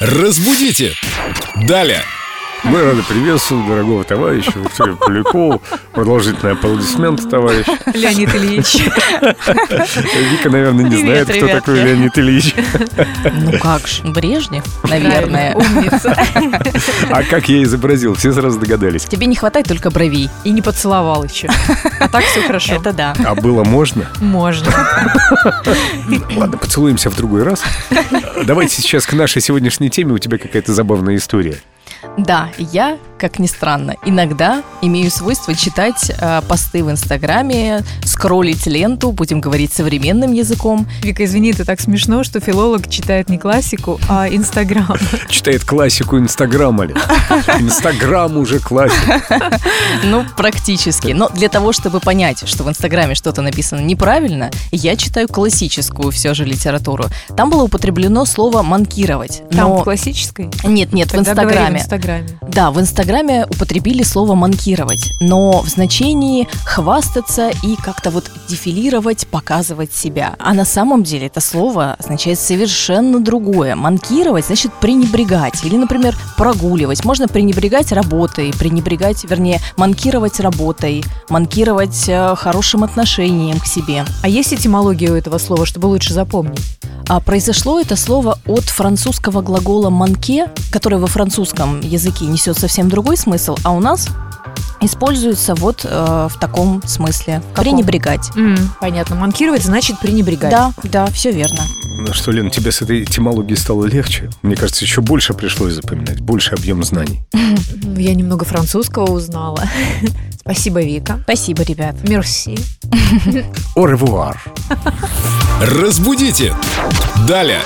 Разбудите! Далее! Мы рады приветствовать дорогого товарища Виктория Полякова. Продолжительный аплодисмент, товарищ. Леонид Ильич. Вика, наверное, не Привет, знает, кто ребятки. такой Леонид Ильич. Ну как же, Брежнев, наверное. наверное. Умница. А как я изобразил, все сразу догадались. Тебе не хватает только бровей. И не поцеловал еще. А так все хорошо. Это да. А было можно? можно. Ладно, поцелуемся в другой раз. Давайте сейчас к нашей сегодняшней теме. У тебя какая-то забавная история. Да, я, как ни странно, иногда имею свойство читать э, посты в Инстаграме, скроллить ленту, будем говорить современным языком. Вика, извини, это так смешно, что филолог читает не классику, а Инстаграм. Читает классику Инстаграма ли? Инстаграм уже классик. Ну, практически. Но для того, чтобы понять, что в Инстаграме что-то написано неправильно, я читаю классическую все же литературу. Там было употреблено слово «манкировать». Там в но... классической? Нет, нет, в Тогда говори в Инстаграме. Инстаграме. Да, в Инстаграме употребили слово «манкировать», но в значении «хвастаться» и как-то вот дефилировать, показывать себя. А на самом деле это слово означает совершенно другое. «Манкировать» значит пренебрегать или, например, прогуливать. Можно пренебрегать работой, пренебрегать, вернее, манкировать работой, манкировать э, хорошим отношением к себе. А есть этимология у этого слова, чтобы лучше запомнить? А произошло это слово от французского глагола «манке», который во французском языке несет совсем другой смысл, а у нас используется вот э, в таком смысле. каком? Пренебрегать. Понятно. Манкировать значит пренебрегать. Да, да, все верно. Ну что, Лен, тебе с этой этимологией стало легче? Мне кажется, еще больше пришлось запоминать, больше объем знаний. Я немного французского узнала. Спасибо, Вика. Спасибо, ребят. Мерси. Au revoir. Разбудите! Далее!